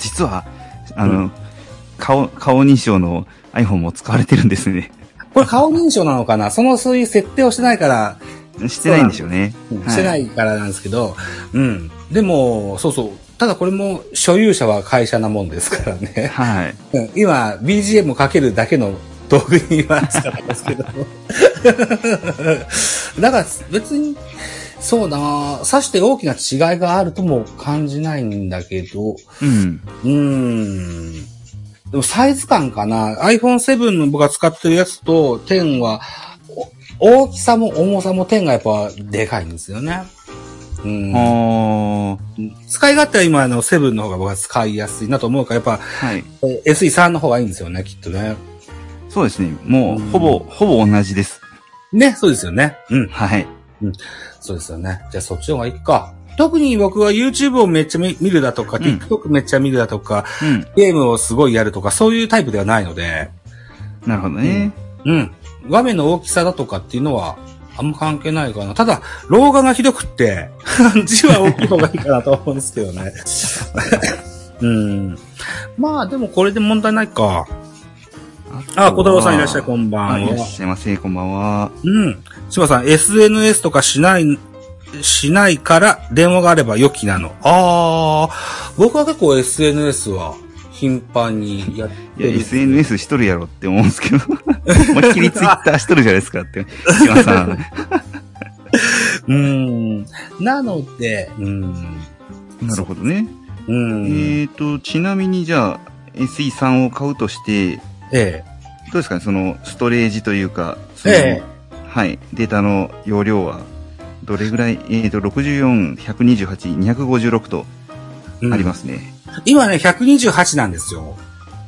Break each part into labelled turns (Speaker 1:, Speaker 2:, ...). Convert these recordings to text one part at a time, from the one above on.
Speaker 1: 実は、あの、顔、顔認証の iPhone も使われてるんですね。
Speaker 2: これ顔認証なのかなその、そういう設定をしてないから、
Speaker 1: してないんでしょうね。は
Speaker 2: してないからなんですけど、うん。でも、そうそう。ただこれも所有者は会社なもんですからね。
Speaker 1: はい。
Speaker 2: うん今、BGM をかけるだけの道具にはしたんですけど。 だから別に、そうだなさして大きな違いがあるとも感じないんだけど、
Speaker 1: うん。
Speaker 2: うーん。でもサイズ感かな。iPhone7 の僕が使ってるやつと10は、お大きさも重さも10がやっぱでかいんですよね。うん。
Speaker 1: あー
Speaker 2: 使い勝手は今の7の方が僕は使いやすいなと思うから、やっぱ
Speaker 1: はい。
Speaker 2: え SE3 の方がいいんですよね、きっとね。
Speaker 1: そうですね。もう
Speaker 2: う、ん
Speaker 1: ほぼ、ほぼ同じです。
Speaker 2: ね、そうですよね。うん。
Speaker 1: はい。
Speaker 2: そうですよね。じゃあそっちの方がいいか。特に僕は YouTube をめっちゃ見見るだとか、
Speaker 1: うん
Speaker 2: TikTok めっちゃ見るだとか、
Speaker 1: うん。
Speaker 2: ゲームをすごいやるとか、そういうタイプではないので、
Speaker 1: なるほどね。
Speaker 2: うん。画面の大きさだとかっていうのは、あんま関係ないかな。ただ、老眼がひどくって、 字は大きい方がいいかなと思うんですけどね。 うん。まあ、でもこれで問題ないか。あ、小太郎さんいらっしゃい、こんば
Speaker 1: あ
Speaker 2: ん
Speaker 1: いらっ
Speaker 2: は。
Speaker 1: しゃいませ、こんばんは。
Speaker 2: うん。千葉さん、SNS とかしない、しないから電話があれば良きなの。ああ、僕は結構 SNS は頻繁にや
Speaker 1: い
Speaker 2: って
Speaker 1: や、
Speaker 2: る。
Speaker 1: SNS しとるやろって思うんですけど。 思いっきり Twitter しとるじゃないですかって。島さ ん。
Speaker 2: うん。なので、うん。
Speaker 1: なるほどね。
Speaker 2: うん。
Speaker 1: えっと、ちなみにじゃあ、SE3 を買うとして、ど
Speaker 2: ええ。
Speaker 1: うですかね、その、ストレージというか、その
Speaker 2: え
Speaker 1: はい、データの容量は、どれぐらい、えっ、と、64、128、256と
Speaker 2: え。うん
Speaker 1: ありますね。
Speaker 2: 今ね、128なんですよ。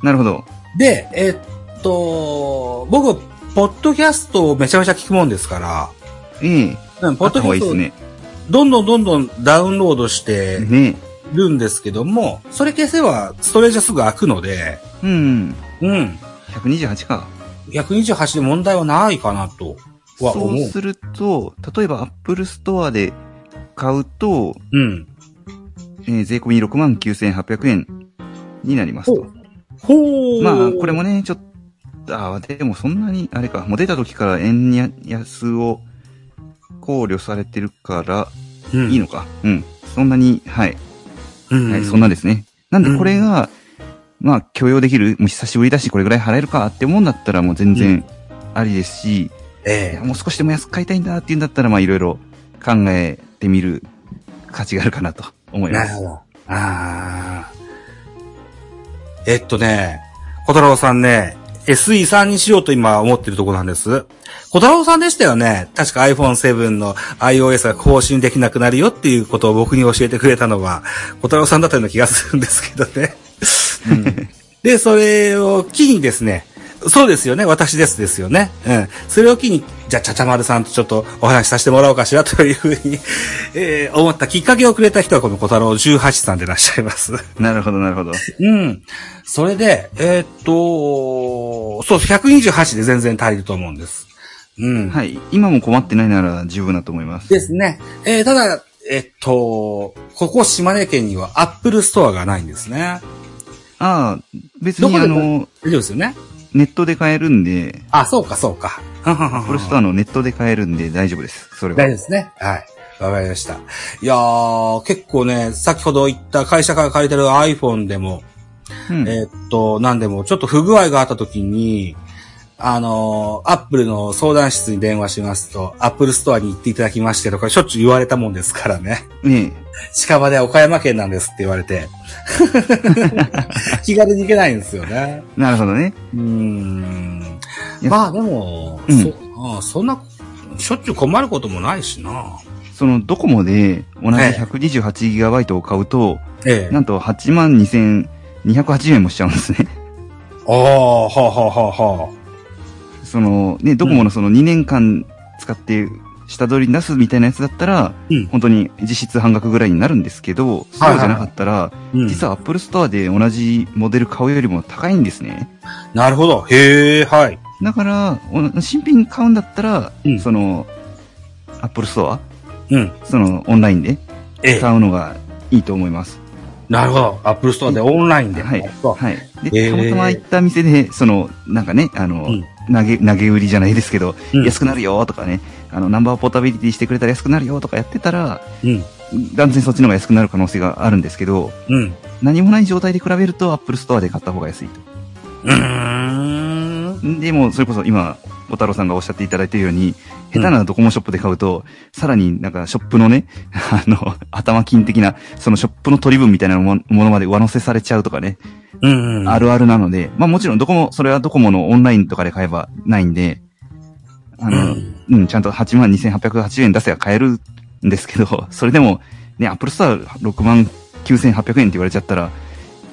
Speaker 1: なるほど。
Speaker 2: で、えっと、僕、ポッドキャストをめちゃめちゃ聞くもんですか
Speaker 1: ええ
Speaker 2: ら、うん、
Speaker 1: あ
Speaker 2: ポッ
Speaker 1: った
Speaker 2: ドキ
Speaker 1: 方がいい
Speaker 2: ャス
Speaker 1: で
Speaker 2: ト
Speaker 1: すね。
Speaker 2: どんどんどんどんダウンロードして
Speaker 1: ね
Speaker 2: るんですけども、それ消せばストレージはすぐ開くので、
Speaker 1: うん。
Speaker 2: うん、
Speaker 1: 128か。
Speaker 2: 128で問題はないかなとは
Speaker 1: そ
Speaker 2: 思う
Speaker 1: う。すると、例えば Apple Store で買うと、
Speaker 2: うん。
Speaker 1: えー税込み69,800円になりますと。
Speaker 2: ほう。
Speaker 1: まあ、これもね、ちょっと、ああ、でもそんなに、あれか、もう出た時から円安を考慮されてるから、
Speaker 2: うん、
Speaker 1: いいのか。うん。そんなに、はい。
Speaker 2: うん、
Speaker 1: はい、そんなですね。なんでこれが、まあ許容できる、もう久しぶりだしこれぐらい払えるかって思うんだったらもう全然ありですし、い
Speaker 2: え
Speaker 1: やもう少しでも安く買いたいんだっていうんだったらまあいろいろ考えてみる価値があるかなと思
Speaker 2: え
Speaker 1: いま
Speaker 2: なる
Speaker 1: す。
Speaker 2: ほど。あーえっとね、小太郎さんね、SE3 にしようと今思ってるところなんです。小太郎さんでしたよね。確か iPhone7 の iOS が更新できなくなるよっていうことを僕に教えてくれたのは、小太郎さんだったような気がするんですけどね。で、それを機にですね、そうですよね、私ですですよね。うん。それを機に、じゃあ、ちゃちゃまるさんとちょっとお話しさせてもらおうかしらというふうに、 えー思ったきっかけをくれた人はこの小太郎18さんでいらっしゃいます。
Speaker 1: なるほど、なるほど。
Speaker 2: うん。それで、えーっと、そう、128で全然足りると思うんです。うん。
Speaker 1: はい。今も困ってないなら十分だと思います。
Speaker 2: ですね。えーただ、えっと、ここ島根県にはアップルストアがないんですね。
Speaker 1: ああ、別
Speaker 2: ど
Speaker 1: に
Speaker 2: こで
Speaker 1: あの、
Speaker 2: 大丈夫ですよね。
Speaker 1: ネットで買えるんで、
Speaker 2: あ、そうか、そうか。
Speaker 1: プロストアのネットで買えるんで大丈夫です。それ
Speaker 2: 大
Speaker 1: は。
Speaker 2: 丈夫ですね。はい。わかりました。いやー、結構ね、先ほど言った会社から借りてる iPhone でも、
Speaker 1: うん。
Speaker 2: えーっと、なんでも、ちょっと不具合があった時に、あのー、Apple の相談室に電話しますと、Apple ストアに行っていただきましてとか、しょっちゅう言われたもんですからね。
Speaker 1: ね
Speaker 2: 近場で岡山県なんですって言われて。 気軽に行けないんですよね。
Speaker 1: えなるほどね。
Speaker 2: うーん。
Speaker 1: いや
Speaker 2: まあでも、
Speaker 1: うん
Speaker 2: そああそんな、しょっちゅう困ることもないしな。
Speaker 1: そのドコモで同じ
Speaker 2: え
Speaker 1: 128GB を買うと、
Speaker 2: ええ
Speaker 1: なんと8万2280円もしちゃうんですね。
Speaker 2: ああ、はあはあはあはあ。
Speaker 1: その、ね、ドコモのその2年間使って下取りに出すみたいなやつだったら、
Speaker 2: うん
Speaker 1: 本当に実質半額ぐらいになるんですけど、そうじゃなかったら、
Speaker 2: うん、
Speaker 1: 実は Apple Store で同じモデル買うよりも高いんですね。
Speaker 2: なるほど。へえ、はい。
Speaker 1: だから、お新品買うんだったら、
Speaker 2: うん
Speaker 1: その、Apple Store?
Speaker 2: うん。
Speaker 1: その、オンラインで
Speaker 2: ええ。
Speaker 1: 買うのがいいと思います。
Speaker 2: なるほど。アップルストアでオンラインで。
Speaker 1: はい。
Speaker 2: そう
Speaker 1: はい。
Speaker 2: えー
Speaker 1: で、たまたま行った店で、その、なんかね、あの、
Speaker 2: うん
Speaker 1: 投げ、投げ売りじゃないですけど、
Speaker 2: うん
Speaker 1: 安くなるよとかね、あの、ナンバーポータビリティしてくれたら安くなるよとかやってたら、
Speaker 2: うん。
Speaker 1: 断然そっちの方が安くなる可能性があるんですけど、
Speaker 2: うん。
Speaker 1: 何もない状態で比べると、アップルストアで買った方が安いと。
Speaker 2: うーん。
Speaker 1: でも、それこそ今、小太郎さんがおっしゃっていただいているように、下手なドコモショップで買うと、さらになんかショップのね、 あの、頭金的な、そのショップの取り分みたいなもものまで上乗せされちゃうとかね、
Speaker 2: うん。
Speaker 1: あるあるなので、まあもちろんドコモ、それはドコモのオンラインとかで買えばないんで、あ
Speaker 2: う
Speaker 1: の、
Speaker 2: ん。
Speaker 1: うん、ちゃんと82,880円出せば買えるんですけど、それでも、ね、アップルストア69,800円って言われちゃったら、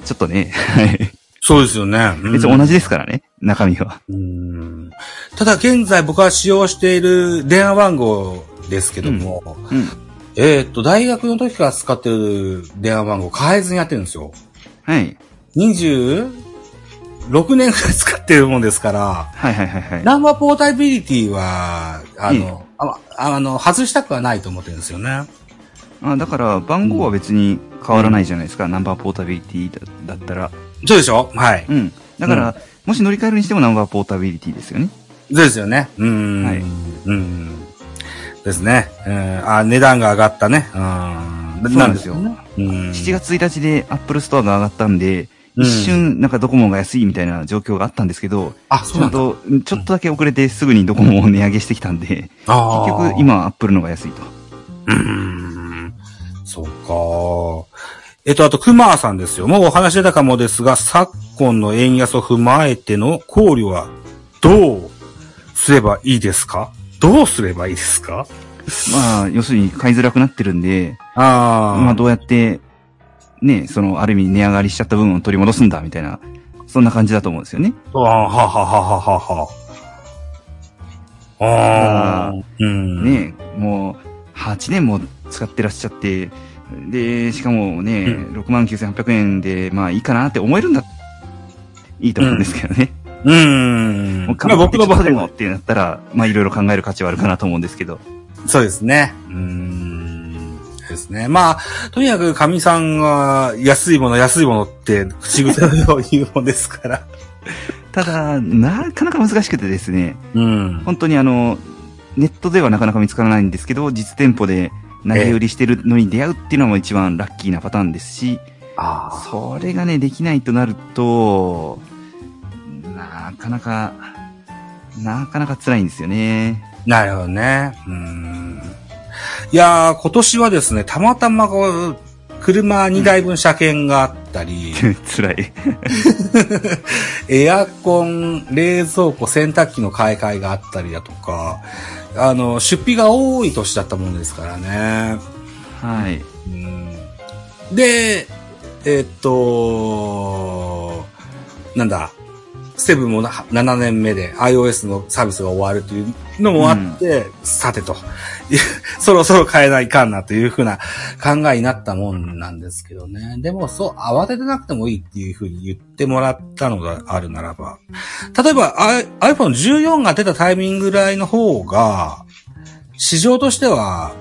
Speaker 1: ちょっとね、はい。
Speaker 2: そうですよね。うん
Speaker 1: 別に同じですからね、中身は。
Speaker 2: うんただ現在僕は使用している電話番号ですけども、
Speaker 1: うん。
Speaker 2: えーっと、大学の時から使ってる電話番号変えずにやってるんですよ。
Speaker 1: はい。
Speaker 2: 26年くらい使ってるもんですから、
Speaker 1: はいはいはいはい。
Speaker 2: ナンバーポータビリティは、あの、ああの、外したくはないと思ってるんですよね。
Speaker 1: あだから、番号は別に変わらないじゃないですか。ナンバーポータビリティだだったら。
Speaker 2: そうでしょはい。
Speaker 1: うん。だから、もし乗り換えるにしてもナンバーポータビリティですよね。
Speaker 2: そうですよね。うん。
Speaker 1: はい
Speaker 2: うん。ですね。うん。あ、値段が上がったね。うん。
Speaker 1: そうなんですよ
Speaker 2: ねうん。
Speaker 1: 7月1日でアップルストアが上がったんで、
Speaker 2: うん
Speaker 1: 一瞬なんかドコモが安いみたいな状況があったんですけど、
Speaker 2: あ、そ
Speaker 1: ち
Speaker 2: う
Speaker 1: ゃ
Speaker 2: なんんだ。
Speaker 1: と、ちょっとだけ遅れてすぐにドコモを値上げしてきたんで、
Speaker 2: あ
Speaker 1: 結
Speaker 2: ー
Speaker 1: 局。今はアップルのが安いと。
Speaker 2: うん。そうか。えっと、あと、クマーさんですよ。もうお話出たかもですが、昨今の円安を踏まえての考慮は、どうすればいいですかどうすればいいですか
Speaker 1: まあ、要するに買いづらくなってるんで、
Speaker 2: あー
Speaker 1: まあどうやって、ね、その、ある意味値上がりしちゃった分を取り戻すんだ、みたいな、そんな感じだと思うんですよね。
Speaker 2: あーはははははは。ああ
Speaker 1: あー。
Speaker 2: うん。
Speaker 1: ねえ、もう、8年も使ってらっしゃって、で、しかもね、
Speaker 2: う
Speaker 1: 69,800円で、まあいいかなって思えるんだ。いいと思うんですけどね。
Speaker 2: うーん。
Speaker 1: もう
Speaker 2: まあ僕の場合
Speaker 1: で
Speaker 2: で
Speaker 1: も
Speaker 2: も
Speaker 1: っ。てなったら、まあいろいろ考える価値はあるかなと思うんですけど。
Speaker 2: そうですね。うーん。ですね。まあ、とにかく神さんは、安いもの、安いものって、口癖のように言うもんですから。
Speaker 1: ただ、なかなか難しくてですね、
Speaker 2: うん。
Speaker 1: 本当にあの、ネットではなかなか見つからないんですけど、実店舗で投げ売りしてるのに出会うっていうのも一番ラッキーなパターンですし、
Speaker 2: あ
Speaker 1: それがね、できないとなると、なかなか、なかなか辛いんですよね。
Speaker 2: あ。なるほどね。うーん。いやー、今年はですね、たまたまこう、車2台分車検があったり、
Speaker 1: 辛い。
Speaker 2: エアコン、冷蔵庫、洗濯機の買い替えがあったりだとか、あの、出費が多い年だったもんですからね。
Speaker 1: はい。
Speaker 2: うんで、えーっと、なんだ、セブンもな7年目で iOS のサービスが終わるというのもあって、さてと、 いやそろそろ変えないかんなというふうな考えになったもんなんですけどね。でもそう慌ててなくてもいいっていうふうに言ってもらったのがあるならば、例えばあ iPhone14 が出たタイミングぐらいの方が、市場としては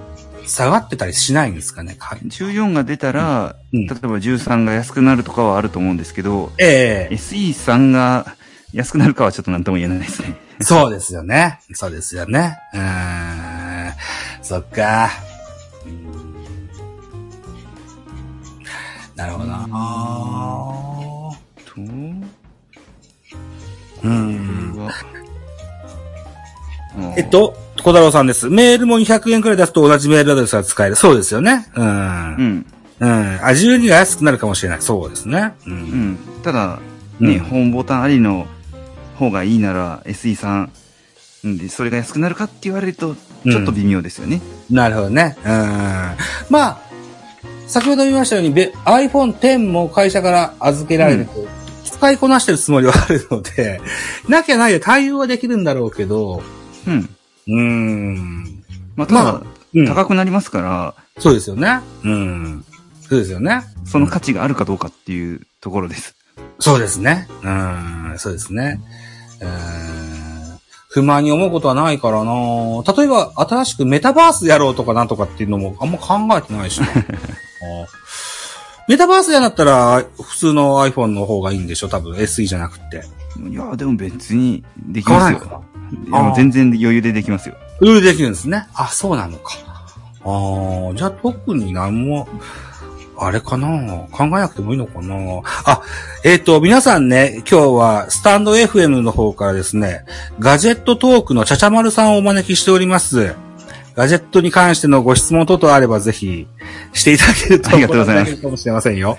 Speaker 2: 下がってたりしないんですかね、か
Speaker 1: 14が出たら、
Speaker 2: うん
Speaker 1: 例えば13が安くなるとかはあると思うんですけど、
Speaker 2: え え
Speaker 1: SE3 が安くなるかはちょっと何とも言えないですね。
Speaker 2: そうですよね。そうですよね。うーん。そっか。うんなるほどな。
Speaker 1: と、
Speaker 2: うん。
Speaker 1: うわ
Speaker 2: えっ、と、小太郎さんです。メールも200円くらい出すと同じメールアドレスが使える。そうですよね。う
Speaker 1: あー
Speaker 2: ん。
Speaker 1: うん、
Speaker 2: うん。あ、12が安くなるかもしれない。そうですね。う。
Speaker 1: うんん。ただ、ね、
Speaker 2: うん
Speaker 1: ホームボタンありの方がいいなら SE3、うんで、それが安くなるかって言われると、ちょっと微妙ですよね。
Speaker 2: なるほどね。うん。まあ、先ほど言いましたように、べ iPhone X も会社から預けられると、使いこなしてるつもりはあるので、 なきゃないで対応はできるんだろうけど、
Speaker 1: うん。
Speaker 2: うーん。
Speaker 1: まあ、ただ、
Speaker 2: まあうん
Speaker 1: 高くなりますから、
Speaker 2: そうですよね。うん。そうですよね。
Speaker 1: その価値があるかどうかっていうところです。
Speaker 2: そうですね。うん。そうですね。うん。不満に思うことはないからな例えば、新しくメタバースやろうとかなんとかっていうのもあんま考えてないしな。あメタバースやなったら、普通の iPhone の方がいいんでしょ多分 SE じゃなくて。
Speaker 1: いや、でも別にできます
Speaker 2: 変
Speaker 1: よ。い
Speaker 2: あ
Speaker 1: や
Speaker 2: ー
Speaker 1: 全然余裕ででき ますよ。
Speaker 2: いろいろできるんですね。あ、そうなのか。ああ、じゃあ特に何も、あれかな考えなくてもいいのかなあ、えっ、と、皆さんね、今日はスタンド FM の方からですね、ガジェットトークのちゃちゃまるさんをお招きしております。ガジェットに関してのご質問等々あればぜひ、していただけると
Speaker 1: ありがとうございます
Speaker 2: 答えられるかもしれませんよ。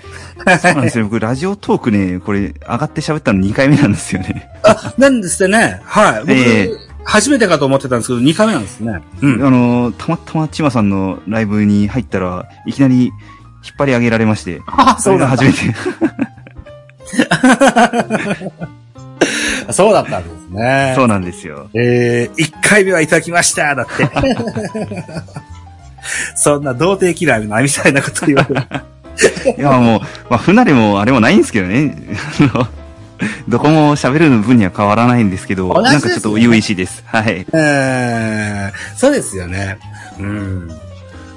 Speaker 1: そうなんですよ。僕、ラジオトークね、これ、上がって喋ったの2回目なんですよね。
Speaker 2: あ、なんですってね。はい。僕、
Speaker 1: ええ
Speaker 2: 初めてかと思ってたんですけど、2回目なんですね。う
Speaker 1: あ
Speaker 2: ん。
Speaker 1: の、たまたま千葉さんのライブに入ったら、いきなり引っ張り上げられまして、
Speaker 2: あ、
Speaker 1: それが初めて。
Speaker 2: そうだったんですね。
Speaker 1: そうなんですよ。
Speaker 2: えー、一回目はいただきました だって。そんな童貞嫌いなみたいなこと言われる。
Speaker 1: いや、もう、まあ、不慣れもあれもないんですけどね。あのどこも喋るの分には変わらないんですけど、
Speaker 2: 同じです
Speaker 1: なん
Speaker 2: ね
Speaker 1: かちょっと初々しいです。はい。
Speaker 2: えー、そうですよね。うん。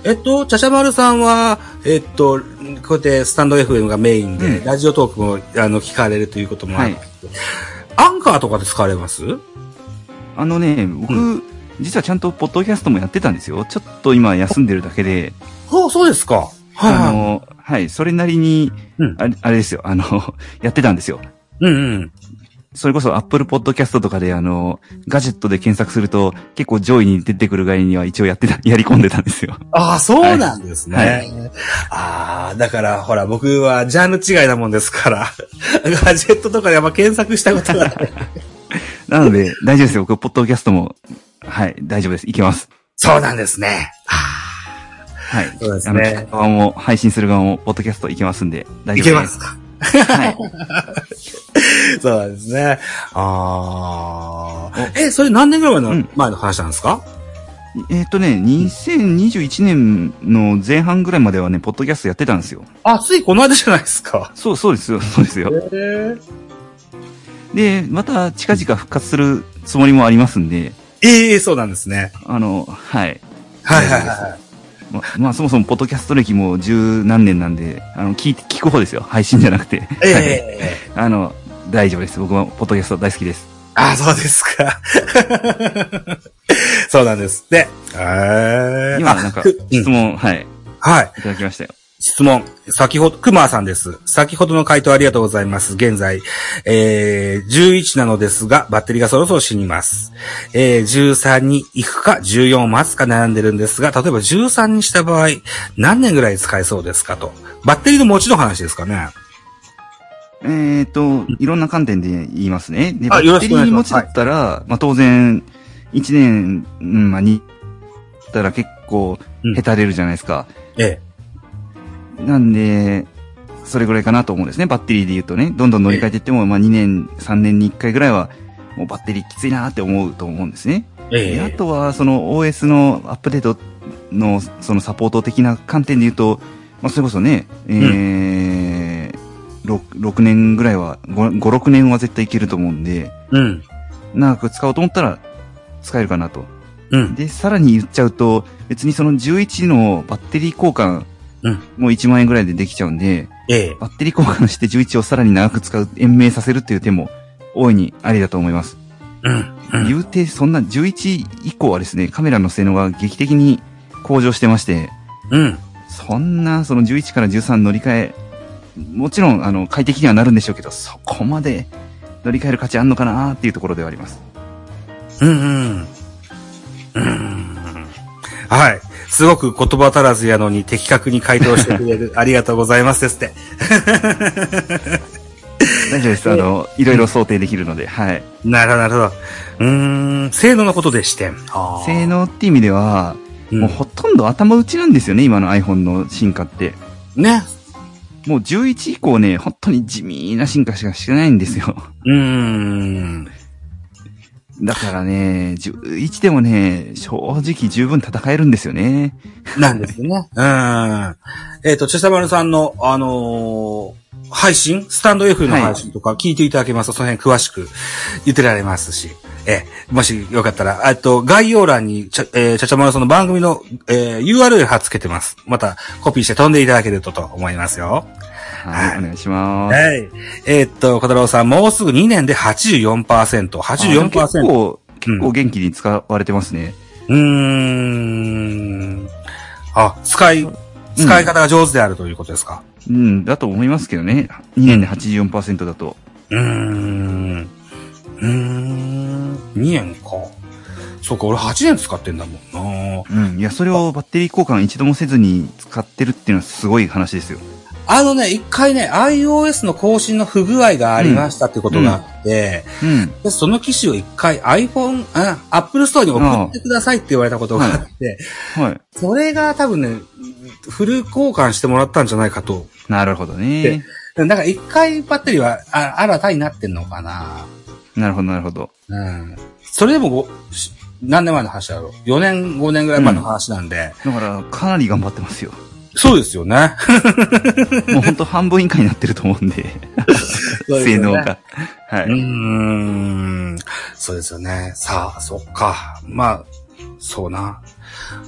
Speaker 2: えっと、ちゃちゃまるさんは、えっと、こうやってスタンド FM がメインで、
Speaker 1: うん
Speaker 2: ラジオトークもあの聞かれるということもある、
Speaker 1: はい
Speaker 2: アンカーとかで使われます
Speaker 1: あのね、僕、
Speaker 2: う
Speaker 1: 実はちゃんとポッドキャストもやってたんですよ。ちょっと今休んでるだけで、
Speaker 2: あ、そうですか。はい、
Speaker 1: あの、はい、それなりに、
Speaker 2: うん
Speaker 1: あれあれですよ、あの、 やってたんですよ。
Speaker 2: うんうん。
Speaker 1: それこそ Apple Podcast とかで、あの、ガジェットで検索すると、結構上位に出てくるがりには一応やってた、やり込んでたんですよ。
Speaker 2: ああ、そうなんですね。
Speaker 1: はい
Speaker 2: ああ、だから、ほら、僕はジャンル違いなもんですから、 ガジェットとかであんま検索したことがない。
Speaker 1: なので、大丈夫ですよ。僕、ポッドキャストも、はい、大丈夫です。いけます。
Speaker 2: そうなんですね。あ
Speaker 1: はい。
Speaker 2: そうです
Speaker 1: あの、
Speaker 2: ね
Speaker 1: 聞く側も、配信する側も、ポッドキャストいけますんで、
Speaker 2: あ、
Speaker 1: 大
Speaker 2: い
Speaker 1: 丈
Speaker 2: け
Speaker 1: 夫
Speaker 2: ま
Speaker 1: ですす。
Speaker 2: か。
Speaker 1: はい。
Speaker 2: そうなんですね。ああ。え、それ何年ぐらい前
Speaker 1: う
Speaker 2: の
Speaker 1: ん
Speaker 2: 前の話なんですか、
Speaker 1: えっ、とね、2021年の前半ぐらいまではね、ポッドキャストやってたんですよ。
Speaker 2: あ、ついこの間じゃないですか。
Speaker 1: そう、そうですよ、 そうです
Speaker 2: へ
Speaker 1: よ。
Speaker 2: え。
Speaker 1: で、また近々復活するつもりもありますんで、
Speaker 2: ええ、そうなんですね。
Speaker 1: あの、はい。
Speaker 2: はいはいはい。
Speaker 1: ままあ、そもそも、ポッドキャスト歴も十何年なんで、あの、聞いて、聞く方ですよ。配信じゃなくて。
Speaker 2: え
Speaker 1: はい
Speaker 2: え。
Speaker 1: あの、大丈夫です。僕は、ポッドキャスト大好きです。
Speaker 2: あ、そうですか。 そうなんですって。ええ。
Speaker 1: 今、なんか、
Speaker 2: く うん
Speaker 1: 質問、はい、
Speaker 2: はい。
Speaker 1: いただきましたよ。
Speaker 2: 質問。先ほど、くまさんです。先ほどの回答ありがとうございます。現在、えー、11なのですが、バッテリーがそろそろ死にます。えー、13に行くか、14を待つか悩んでるんですが、例えば13にした場合、何年ぐらい使えそうですかと。バッテリーの持ちの話ですかね。
Speaker 1: えっ、と、いろんな観点で言いますね。で、
Speaker 2: あ
Speaker 1: バ
Speaker 2: よろ
Speaker 1: ッ
Speaker 2: し
Speaker 1: テ
Speaker 2: く
Speaker 1: リ
Speaker 2: お願
Speaker 1: ー
Speaker 2: いしま
Speaker 1: 持
Speaker 2: す
Speaker 1: ちだったら、まあ当然、1年、うん、まあ2、たら結構
Speaker 2: うん、
Speaker 1: へたれるじゃないですか。
Speaker 2: え
Speaker 1: なんで、それぐらいかなと思うんですね。バッテリーで言うとね、どんどん乗り換えていっても、まあ2年、3年に1回ぐらいは、もうバッテリーきついなって思うと思うんですね。
Speaker 2: え。え
Speaker 1: であ
Speaker 2: え。
Speaker 1: とは、その OS のアップデートの、そのサポート的な観点で言うと、まあ、それこそね、えー 6, 6年ぐらいは、5、6年は絶対いけると思うんで、
Speaker 2: うん。
Speaker 1: 長く使おうと思ったら、使えるかなと。
Speaker 2: うん。
Speaker 1: で、さらに言っちゃうと、別にその11のバッテリー交換
Speaker 2: うん、
Speaker 1: もう1万円ぐらいでできちゃうんで、
Speaker 2: ええ。
Speaker 1: バッテリー交換して11をさらに長く使う、延命させるっていう手も、大いにありだと思います。
Speaker 2: うん。うん。
Speaker 1: 言うて、そんな11以降はですね、カメラの性能が劇的に向上してまして、
Speaker 2: うん。
Speaker 1: そんな、その11から13乗り換え、もちろん、あの、快適にはなるんでしょうけど、そこまで乗り換える価値あんのかなっていうところではあります。
Speaker 2: うんうん。うん。はい。すごく言葉足らずやのに的確に回答してくれ る。ありがとうございますですって。
Speaker 1: 大丈夫です。あの、いろいろ想定できるので、はい。
Speaker 2: なるほど、なるほど。うーん、性能のことでして。
Speaker 1: 性能っていう意味では、
Speaker 2: うん
Speaker 1: もうほとんど頭打ちなんですよね、今の iPhone の進化って。
Speaker 2: ね。
Speaker 1: もう11以降ね、本当に地味な進化しかしてないんですよ。
Speaker 2: うーん。
Speaker 1: だからね、11でもね、正直十分戦えるんですよね。
Speaker 2: なんですね。 うーん。えっ、と、ちさまるさんの、あのー配信スタンド F の配信とか聞いていただけますと、その辺詳しく言ってられますし。えー、もしよかったら、えっと、概要欄に、ちゃ、えー、ちゃちゃまるさんの番組の、えー、URL 貼っつけてます。また、コピーして飛んでいただけるとと思いますよ。
Speaker 1: はい、お願いします。
Speaker 2: はい。えーっと、小太郎さん、もうすぐ2年で84%。
Speaker 1: あでも結
Speaker 2: 84%。
Speaker 1: 構、結構元気に使われてますね。
Speaker 2: うーん。あ、使い、使い方が上手であるということですか。
Speaker 1: うん、だと思いますけどね。2年で84%だと。
Speaker 2: うーん。うーん。2年か。そうか、俺8年使ってんだもんな。
Speaker 1: うん。いや、それをバッテリー交換一度もせずに使ってるっていうのはすごい話ですよ。
Speaker 2: あのね、一回ね、iOS の更新の不具合がありましたってことがあって、
Speaker 1: うん。
Speaker 2: でその機種を一回 iPhone、あ Apple Store に送ってくださいって言われたことがあって、
Speaker 1: はい。
Speaker 2: それが多分ね、フル交換してもらったんじゃないかと。
Speaker 1: なるほど
Speaker 2: で
Speaker 1: ね。
Speaker 2: だから一回バッテリーはあ新たになってんのかな
Speaker 1: なるほど、なるほど。
Speaker 2: うん。それでもご、し何年前の話だろう ?4 年、5年ぐらい前の話なんで。
Speaker 1: だから、かなり頑張ってますよ。
Speaker 2: そうですよ ね。
Speaker 1: もうほんと半分以下になってると思うん で、性能が。は
Speaker 2: うー
Speaker 1: い。
Speaker 2: ん。そうですよね。さあ、そっか。まあ、そうな。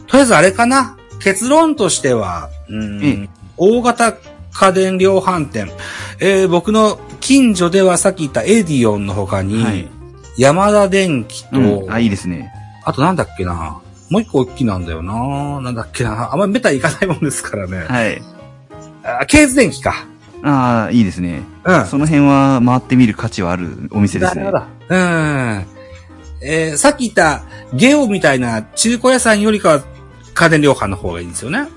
Speaker 2: とりあえずあれかな。結論としては、うん
Speaker 1: ええ
Speaker 2: 大型家電量販店。えー僕の近所ではさっき言ったエディオンの他に、
Speaker 1: はい
Speaker 2: ヤマダ電機と、
Speaker 1: うん。あ、いいですね。
Speaker 2: あとなんだっけな。もう一個大きいなんだよな。なんだっけな。あんまりメタ行かないもんですからね。
Speaker 1: はい。
Speaker 2: あ、ケーズ電機か。
Speaker 1: ああ、いいですね。
Speaker 2: うん。
Speaker 1: その辺は回ってみる価値はあるお店ですね。
Speaker 2: なるほど。うん。えーさっき言ったゲオみたいな中古屋さんよりかは家電量販の方がいいんですよね。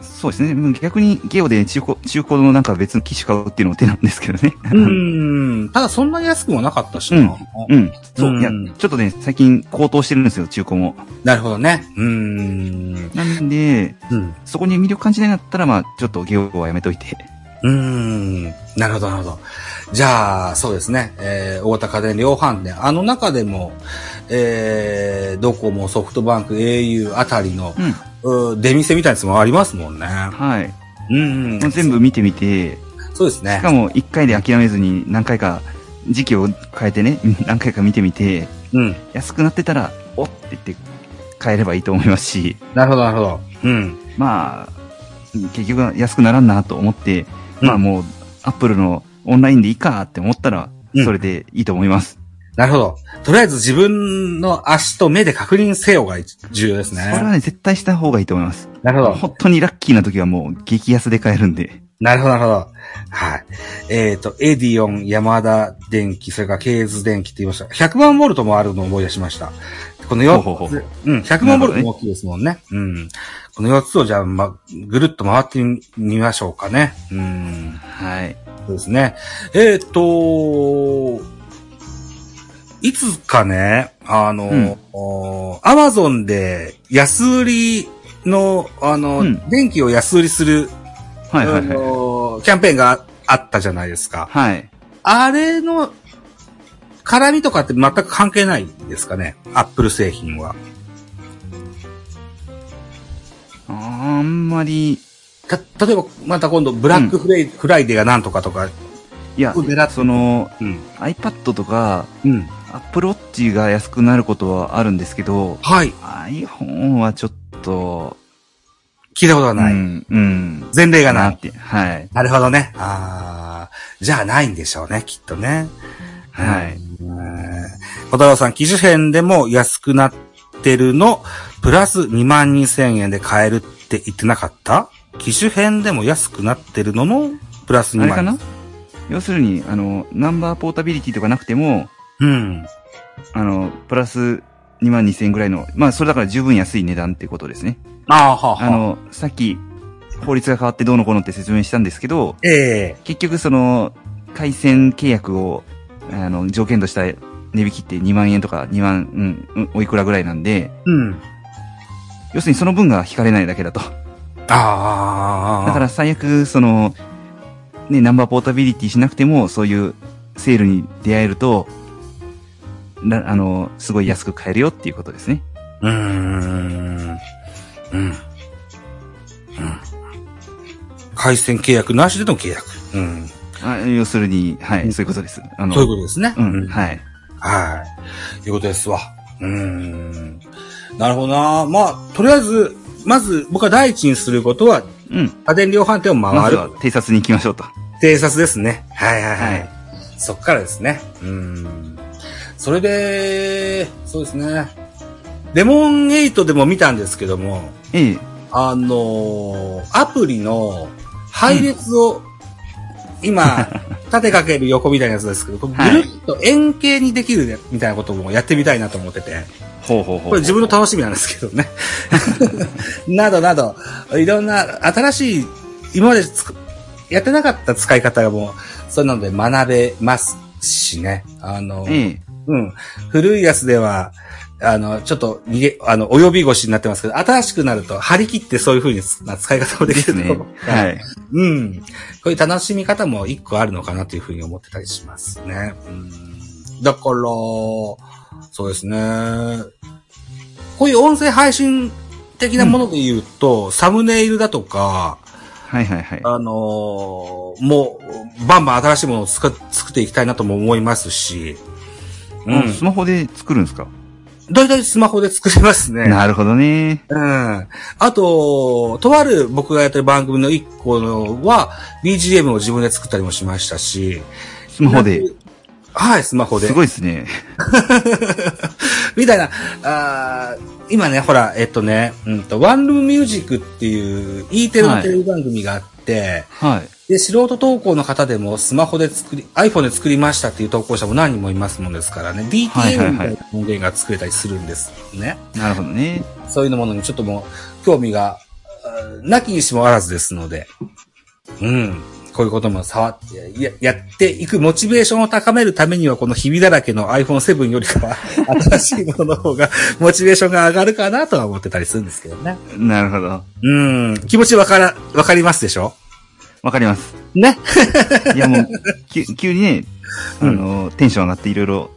Speaker 1: そうですね。うん逆にゲオで中古、中古のなんか別の機種買うっていうのも手なんですけどね。
Speaker 2: うん。ただそんなに安くもなかったしな。
Speaker 1: うん うん。そう、いや
Speaker 2: うん、
Speaker 1: ちょっとね、最近高騰してるんですよ、中古も。
Speaker 2: なるほどね。うん。
Speaker 1: なんで、
Speaker 2: うん。
Speaker 1: そこに魅力感じないんだったら、まあ、ちょっとゲオはやめといて。
Speaker 2: うん。なるほど、なるほど。じゃあ、そうですね。えー、大田家電量販店。あの中でも、えー、ドコモ、ソフトバンク、au あたりの、
Speaker 1: うん。
Speaker 2: うー出店みたいなやつもありますもんね。
Speaker 1: はい。
Speaker 2: うん、
Speaker 1: もう全部見てみて、
Speaker 2: そうですね
Speaker 1: し。かも一回で諦めずに何回か、時期を変えてね、うん何回か見てみて、
Speaker 2: うん。
Speaker 1: 安くなってたら、おっって言って買えればいいと思いますし、
Speaker 2: なるほど、なるほど。うん。
Speaker 1: まあ、結局は安くならんなと思って、
Speaker 2: うん
Speaker 1: まあもう、アップルのオンラインでいいかって思ったら
Speaker 2: うん、
Speaker 1: それでいいと思います。
Speaker 2: なるほど。とりあえず自分の足と目で確認せよが一重要です
Speaker 1: これは
Speaker 2: ね。
Speaker 1: ね、絶対した方がいいと思います。
Speaker 2: なるほど。
Speaker 1: 本当にラッキーな時はもう激安で買えるんで。
Speaker 2: なるほど、なるほど。はい。えっ、と、エディオン、ヤマダ電機、それからケーズ電機って言いました。100万ボルトもあるのを思い出しました。この
Speaker 1: ほうほ
Speaker 2: 4
Speaker 1: うほう
Speaker 2: つ。うん、100万ボルトも大きいですもんね。うん。この4つをじゃあ、ま、ぐるっと回ってみましょうかね。うん。
Speaker 1: はい。
Speaker 2: そうですね。えっ、と、いつかね、あ
Speaker 1: うん
Speaker 2: の、アマゾンで安売りの、あの、
Speaker 1: うん
Speaker 2: 電気を安売りする、
Speaker 1: はいはいは
Speaker 2: あ
Speaker 1: い。
Speaker 2: のキャンペーンがあったじゃないですか。
Speaker 1: はい。
Speaker 2: あれの、絡みとかって全く関係ないですかね。アップル製品は。
Speaker 1: あんまり、い
Speaker 2: た、例えば、また今度、ブラックフレイ、フライデーがなんとかとか。
Speaker 1: や
Speaker 2: 狙って、
Speaker 1: その、
Speaker 2: うん。
Speaker 1: iPad とか
Speaker 2: うん。
Speaker 1: Apple Watch が安くなることはあるんですけど、
Speaker 2: はい。
Speaker 1: iPhone はちょっと、
Speaker 2: 聞いたことがない。
Speaker 1: うん、うん。
Speaker 2: 前例が
Speaker 1: か
Speaker 2: ない
Speaker 1: なっ。て。はい。
Speaker 2: なるほどね。ああ。じゃあないんでしょうね、きっとね。
Speaker 1: はい。
Speaker 2: 小太郎さん、機種編でも安くなってるの、プラス2万2000円で買えるって言ってなかった機種編でも安くなってるのの、プラス2
Speaker 1: あ
Speaker 2: 万。
Speaker 1: れかな要するに、あの、ナンバーポータビリティとかなくても、
Speaker 2: うん。
Speaker 1: あの、プラス2万2000円ぐらいの、まあ、それだから十分安い値段ってことですね。
Speaker 2: ああ、はあ、は
Speaker 1: あの、さっき、法律が変わってどうのこうのって説明したんですけど、
Speaker 2: ええ
Speaker 1: 結局その、回線契約を、あの、条件とした値引きって2万円とか2万、うん、うんおいくらぐらいなんで、
Speaker 2: うん。
Speaker 1: 要するにその分が引かれないだけだと。
Speaker 2: ああ。
Speaker 1: だから最悪、その、ね、ナンバーポータビリティしなくても、そういうセールに出会えると、なあの、すごい安く買えるよっていうことですね。
Speaker 2: うーん。うん。うん。回線契約なしでの契約。うん。
Speaker 1: あ要するに、は
Speaker 2: うん
Speaker 1: い、そういうことです。あの、
Speaker 2: そういうことですね。
Speaker 1: うん、はい。
Speaker 2: はい。いうことですわ。うーん。なるほどな。まあ、とりあえず、まず僕は第一にすることは、
Speaker 1: うん。
Speaker 2: 家電量販店を
Speaker 1: ま
Speaker 2: 回
Speaker 1: ず
Speaker 2: る。
Speaker 1: は偵察に行きましょうと。
Speaker 2: 偵察ですね。はいはいはい。
Speaker 1: はい
Speaker 2: そっからですね。うーん。それで、そうですね。レモン8でも見たんですけども、
Speaker 1: ええ。
Speaker 2: あのーアプリの配列を、今、縦かける横みたいなやつですけど、こ
Speaker 1: は
Speaker 2: れ
Speaker 1: い
Speaker 2: ぐるっと円形にできるねみたいなこともやってみたいなと思ってて、
Speaker 1: ほうほうほう。
Speaker 2: これ自分の楽しみなんですけどね。 などなど、いろんな新しい、今までつくやってなかった使い方がもう、そういうので学べますしね。あの、
Speaker 1: ええ。
Speaker 2: うん。古いやつでは、あの、ちょっと、逃げ、あの、及び腰になってますけど、新しくなると、張り切ってそういう風にな使い方もで
Speaker 1: で
Speaker 2: き
Speaker 1: す
Speaker 2: る
Speaker 1: ね
Speaker 2: と思う。。
Speaker 1: はい。
Speaker 2: うん。こういう楽しみ方も一個あるのかなという風に思ってたりしますね。うん。だから、そうですね。こういう音声配信的なもので言うと、サムネイルだとか、
Speaker 1: はいはいはい。
Speaker 2: あのーもう、バンバン新しいものを作っ作っていきたいなとも思いますし、う
Speaker 1: うん
Speaker 2: ん。
Speaker 1: スマホで作るんですか
Speaker 2: だいたいスマホで作れますね。
Speaker 1: なるほどね。
Speaker 2: うん。あと、とある僕がやってる番組の一個のは、BGM を自分で作ったりもしましたし。
Speaker 1: スマホで。。
Speaker 2: はい、スマホで。
Speaker 1: すごいですね。
Speaker 2: みたいな、あー今ね、ほら、えっとね、うんと、ワンルームミュージックっていう E テレのテレビ番組があって、
Speaker 1: はい。
Speaker 2: で、素人投稿の方でもスマホで作り、iPhone で作りましたっていう投稿者も何人もいますもんですからね、
Speaker 1: はいはい
Speaker 2: DTM み
Speaker 1: は
Speaker 2: た
Speaker 1: い
Speaker 2: いな音源が作れたりするんですね。
Speaker 1: なるほどね。
Speaker 2: そういうものにちょっともう、興味が、あーなきにしもあらずですので、うん。こういうことも触って、や、やっていくモチベーションを高めるためには、このひびだらけの iPhone7 よりかは、 新しいものの方が、モチベーションが上がるかなとは思ってたりするんですけどね。
Speaker 1: なるほど。
Speaker 2: うん。気持ちわから、わかりますでしょ
Speaker 1: わかります。
Speaker 2: ね。
Speaker 1: いやも う、急急にね、あの、テンション上がっていろいろ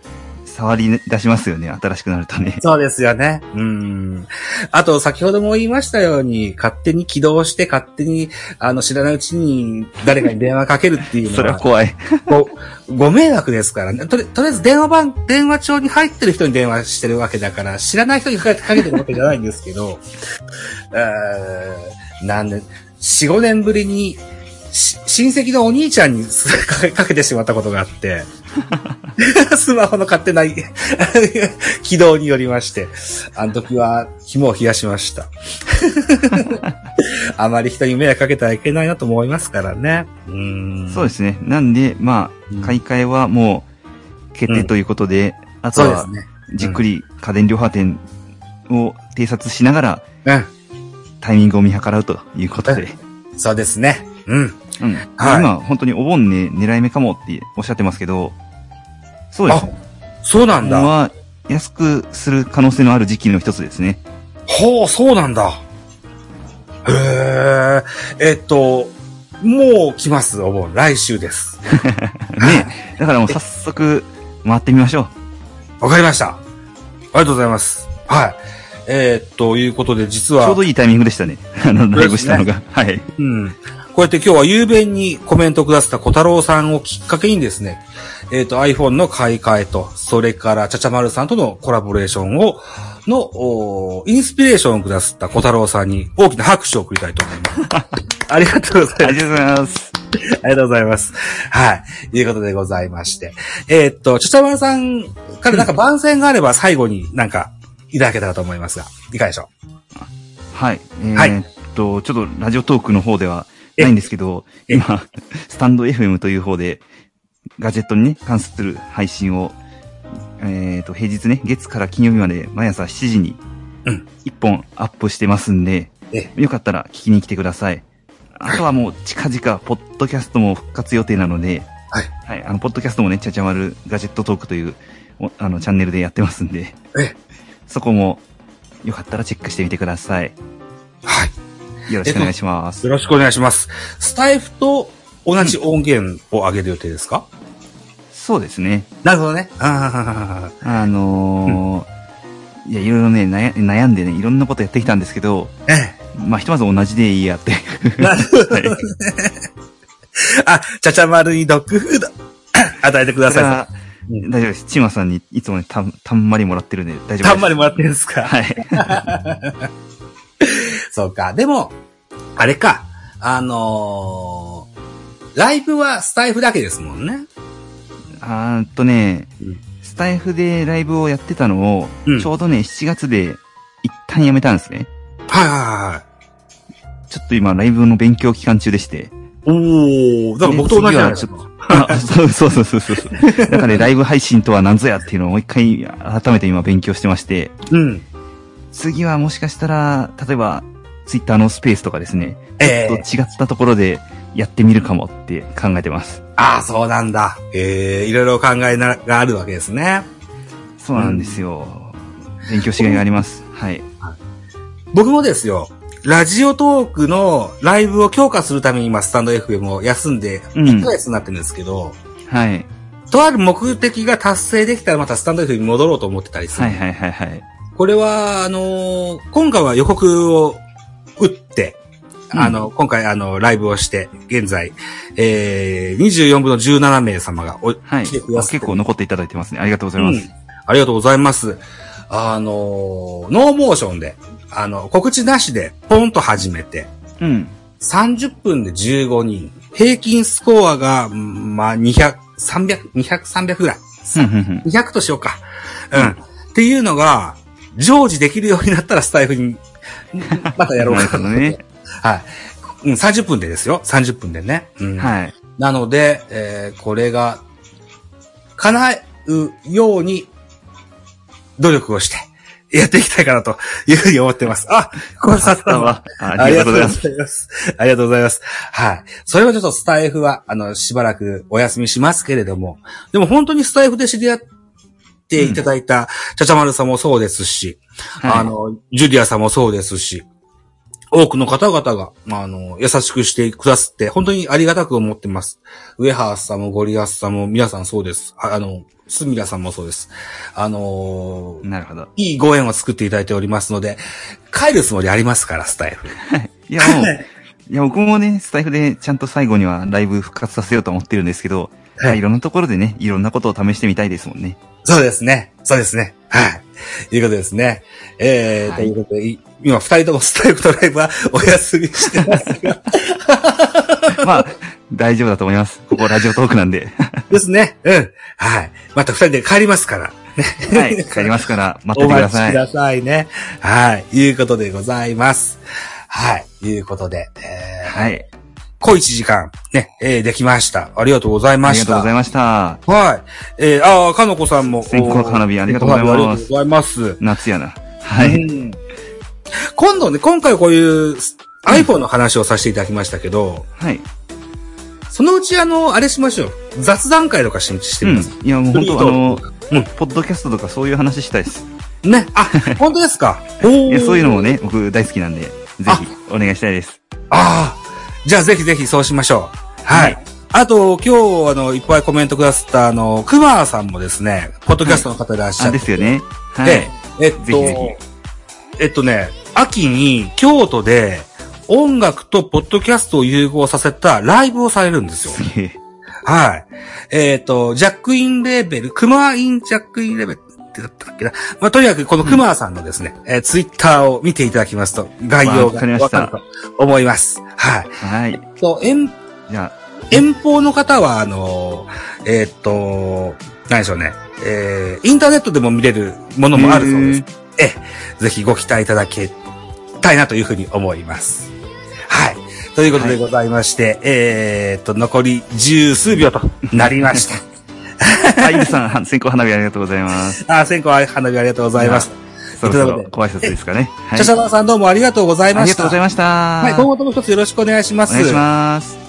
Speaker 1: 触り出しますよね。新しくなるとね。
Speaker 2: そうですよね。うん。あと、先ほども言いましたように、勝手に起動して、勝手に、あの、知らないうちに、誰かに電話かけるっていうの は。
Speaker 1: それは怖い。
Speaker 2: ご、ご迷惑ですからね。とり、とりあえず電話番、電話帳に入ってる人に電話してるわけだから、知らない人にかけかけてるわけじゃないんですけど、 えー、なんで、4、5年ぶりに、し親戚のお兄ちゃんにす かけかけてしまったことがあって、 スマホの勝手な 起動によりまして、あの時は紐を冷やしました。 あまり人に迷惑かけてはいけないなと思いますからね。うーん
Speaker 1: そうですね。なんで、ま
Speaker 2: うん
Speaker 1: あ、買い替えはもう決定ということで、あと
Speaker 2: そうです
Speaker 1: は
Speaker 2: ね。
Speaker 1: じっくり家電量販店を偵察しながら
Speaker 2: う
Speaker 1: タイミングを見計らうということで。
Speaker 2: ん。そうですね。うん。
Speaker 1: うん。
Speaker 2: はい
Speaker 1: 今、本当にお盆ね、狙い目かもっておっしゃってますけど、そうですね。
Speaker 2: そうなん
Speaker 1: 今
Speaker 2: だ。
Speaker 1: は安くする可能性のある時期の一つですね。
Speaker 2: ほう、そうなんだ。へえ。えっと、もう来ます、お盆。来週です。ね
Speaker 1: だからもう早速回ってみましょう。
Speaker 2: わかりました。ありがとうございます。はい。えーっと、いうことで、実は、
Speaker 1: ちょうどいいタイミングでしたね。あの、ライブしたのが。はい。
Speaker 2: うん。こうやって今日は雄弁にコメントくださった小太郎さんをきっかけにですね、えっ、と iPhone の買い替えと、それからちゃちゃまるさんとのコラボレーションを、の、おーインスピレーションをくださった小太郎さんに大きな拍手を送りたいと思い ます。ありがとうござ
Speaker 1: あ。
Speaker 2: います
Speaker 1: りがとうございます。
Speaker 2: ありがとうございます。はい。いうことでございまして。えーっと、ちょちゃまるさんからなんか番宣があれば最後になんかいただけたらと思いますが、いかがでしょ
Speaker 1: はい。え
Speaker 2: はい
Speaker 1: ーっと、ちょっとラジオトークの方ではないんですけど、
Speaker 2: え
Speaker 1: 今、スタンド FM という方で、ガジェットにね、関する配信を、えーっと、平日ね、月から金曜日まで毎朝7時に
Speaker 2: うん、
Speaker 1: 1本アップしてますんで、
Speaker 2: え
Speaker 1: よかったら聞きに来てください。あとはもう近々、ポッドキャストも復活予定なので、
Speaker 2: はい
Speaker 1: あの、ポッドキャストもね、ちゃちゃまるガジェットトークという、おあの、チャンネルでやってますんで、
Speaker 2: うえ
Speaker 1: そこも、よかったらチェックしてみてください。
Speaker 2: はい。
Speaker 1: よろしくお願いします。
Speaker 2: よろしくお願いします。スタイフと同じ音源を上げる予定ですか、
Speaker 1: そうですね。
Speaker 2: なるほどね。あ
Speaker 1: あのーいや、いろいろね、悩悩んでね、いろんなことやってきたんですけど、
Speaker 2: ーえ
Speaker 1: まあ、ひとまず同じでいいや って。
Speaker 2: え。なるほど。
Speaker 1: はい。
Speaker 2: あ、ちゃちゃまるにドッグフード 与えてくだ
Speaker 1: だか
Speaker 2: さい。
Speaker 1: ら、
Speaker 2: うん
Speaker 1: 大丈夫です。チーマさんにいつもね、たん、たんまりもらってるんで、大丈夫です。
Speaker 2: たんまりもらってるんですか
Speaker 1: はい。
Speaker 2: そうか。でも、あれか。あのーライブはスタイフだけですもんね。
Speaker 1: あーっとね
Speaker 2: うん、
Speaker 1: スタイフでライブをやってたのを、
Speaker 2: うん
Speaker 1: ちょうどね、7月で一旦やめたんですね。
Speaker 2: はいはいはい。
Speaker 1: ちょっと今、ライブの勉強期間中でして。
Speaker 2: おー、だから僕と同じじゃないです
Speaker 1: で
Speaker 2: か。
Speaker 1: あそうそうそうそうそう。だからね、ライブ配信とは何ぞやっていうのをもう一回改めて今勉強してまして、
Speaker 2: うん。
Speaker 1: 次はもしかしたら、例えば、ツイッターのスペースとかですね、
Speaker 2: ええ
Speaker 1: と違ったところでやってみるかもって考えてます。
Speaker 2: ああ、そうなんだ。ええいろいろ考えながあるわけですね。
Speaker 1: そうなんですよ。勉強しがいがあります。はい。
Speaker 2: 僕もですよ、ラジオトークのライブを強化するために今、スタンド FM を休んで、
Speaker 1: うん
Speaker 2: 1ヶ月になってるんですけど、
Speaker 1: はい。
Speaker 2: とある目的が達成できたらまたスタンド FM に戻ろうと思ってたりする。
Speaker 1: はいはいはいはい。
Speaker 2: これは、あのー今回は予告を打って、
Speaker 1: うん
Speaker 2: あの、今回、あの、ライブをして、現在、えー、24分の17名様がお
Speaker 1: はい。
Speaker 2: 来てくだ
Speaker 1: あ
Speaker 2: さって
Speaker 1: 結構残っていただいてますね。ありがとうございます。
Speaker 2: ありがとうございます。あの、ノーモーションで、あの、告知なしで、ポンと始めて、
Speaker 1: うん。
Speaker 2: 30分で15人。平均スコアが、うんまあ、200、300、200、300ぐらい。
Speaker 1: ふんふんふん
Speaker 2: 200としようか。うん。っていうのが、常時できるようになったらスタイフ に、またやろう
Speaker 1: なる
Speaker 2: か
Speaker 1: ほど。
Speaker 2: と
Speaker 1: ね。
Speaker 2: はい。うん、30分でですよ。30分でね。うん、
Speaker 1: はい。
Speaker 2: なので、えーこれが、叶うように、努力をして、やっていきたいかなというふうに思ってます。あ、このさ
Speaker 1: あ
Speaker 2: んは。
Speaker 1: ありがとうございます。
Speaker 2: ありがとうございます。ありがとうございます。はい。それはちょっとスタイフは、あの、しばらくお休みしますけれども、でも本当にスタイフで知り合っていただいた、ちゃちゃまるさんもそうですし、
Speaker 1: はい
Speaker 2: あの、ジュリアさんもそうですし、多くの方々が、まああの、優しくしてくださって、本当にありがたく思ってます。ウェハースさんもゴリアスさんも皆さんそうです。ああの、スミラさんもそうです。あのー
Speaker 1: なるほど。
Speaker 2: いいご縁を作っていただいておりますので、帰るつもりありますから、スタイフ。
Speaker 1: いやもう、いや僕もね、スタイフでちゃんと最後にはライブ復活させようと思ってるんですけど、
Speaker 2: はい
Speaker 1: はい、いろんなところでね、いろんなことを試してみたいですもんね。
Speaker 2: そうですね。そうですね。はい。いうことですね。えー、
Speaker 1: はい
Speaker 2: ということで、い今二人ともスタイフとライブはお休みしてますが、
Speaker 1: ま あ、大丈夫だと思います。ここラジオトークなんで。
Speaker 2: ですね。うん。はい。また二人で帰りますから。
Speaker 1: はい、帰りますから、待って
Speaker 2: お
Speaker 1: てくださ
Speaker 2: 待ちく
Speaker 1: い。は
Speaker 2: ださいね。はい。いうことでございます。はい。いうことで、えー、
Speaker 1: い、
Speaker 2: 小一時間、ね、えー、できました。ありがとうござい
Speaker 1: あ
Speaker 2: ま
Speaker 1: り
Speaker 2: し
Speaker 1: がとう
Speaker 2: た
Speaker 1: ござ。いました。
Speaker 2: はい。えー、ああ、かのこさんも。
Speaker 1: 線香花火ありがとうございます
Speaker 2: ありがとうございます。
Speaker 1: 夏やな。はい、
Speaker 2: うん今度ね、今回こういうす iPhone の話をさせていただきましたけど、
Speaker 1: はい。
Speaker 2: そのうちあの、あれしましょう。雑談会とかしして
Speaker 1: う
Speaker 2: み
Speaker 1: ん
Speaker 2: ます。。
Speaker 1: いや、もう本当あの、
Speaker 2: うん
Speaker 1: ポッドキャストとかそういう話したいです。
Speaker 2: ね。 あ、本当ですか。お
Speaker 1: い
Speaker 2: ー
Speaker 1: や、そういうのも。ね、僕大好きなんで、ぜ
Speaker 2: あ
Speaker 1: ひお願いしたいです。
Speaker 2: ああ。じゃあぜひぜひそうしましょう。はい。
Speaker 1: は
Speaker 2: あと、今日、あの、いっぱいコメントくださった、あの、クマーさんもですね、ポッドキャストの方でいらっしゃ
Speaker 1: あ、
Speaker 2: って。
Speaker 1: ですよね。は
Speaker 2: え
Speaker 1: い。
Speaker 2: え、えっと、
Speaker 1: ぜひぜ
Speaker 2: えっとね、秋に京都で音楽とポッドキャストを融合させたライブをされるんですよ。
Speaker 1: すげえ
Speaker 2: はい。えっ、と、ジャックインレーベル、クマインジャックインレーベルってだったっけな。まあ、とにかくこのクマさんのですね、えツイッター Twitter を見ていただきますと、概要
Speaker 1: わ
Speaker 2: が
Speaker 1: かりま
Speaker 2: わ
Speaker 1: した
Speaker 2: かると思います。はい。
Speaker 1: はい。
Speaker 2: と、遠
Speaker 1: じゃ
Speaker 2: 遠方の方は、あのーえっ、と、何でしょうね。えーインターネットでも見れるも
Speaker 1: あ、
Speaker 2: のもあるそうです
Speaker 1: へ。
Speaker 2: ええ、ぜひご期待いただけたいなというふうに思います。はい。ということでございまして、えーっと、残り十数秒となりました。
Speaker 1: ー。あ、イブさん、線香花火ありがとうございます。
Speaker 2: あ、線香花火ありがとうございます。
Speaker 1: そろそ
Speaker 2: という
Speaker 1: ろ
Speaker 2: こ
Speaker 1: ご挨拶ですかね。はい。
Speaker 2: 茶々
Speaker 1: あ
Speaker 2: 川さんどうもありがとうございま
Speaker 1: り
Speaker 2: し
Speaker 1: がと
Speaker 2: た。
Speaker 1: うございました。
Speaker 2: はい、今後とも一つよろしくお願いしま
Speaker 1: お
Speaker 2: す。
Speaker 1: 願いします。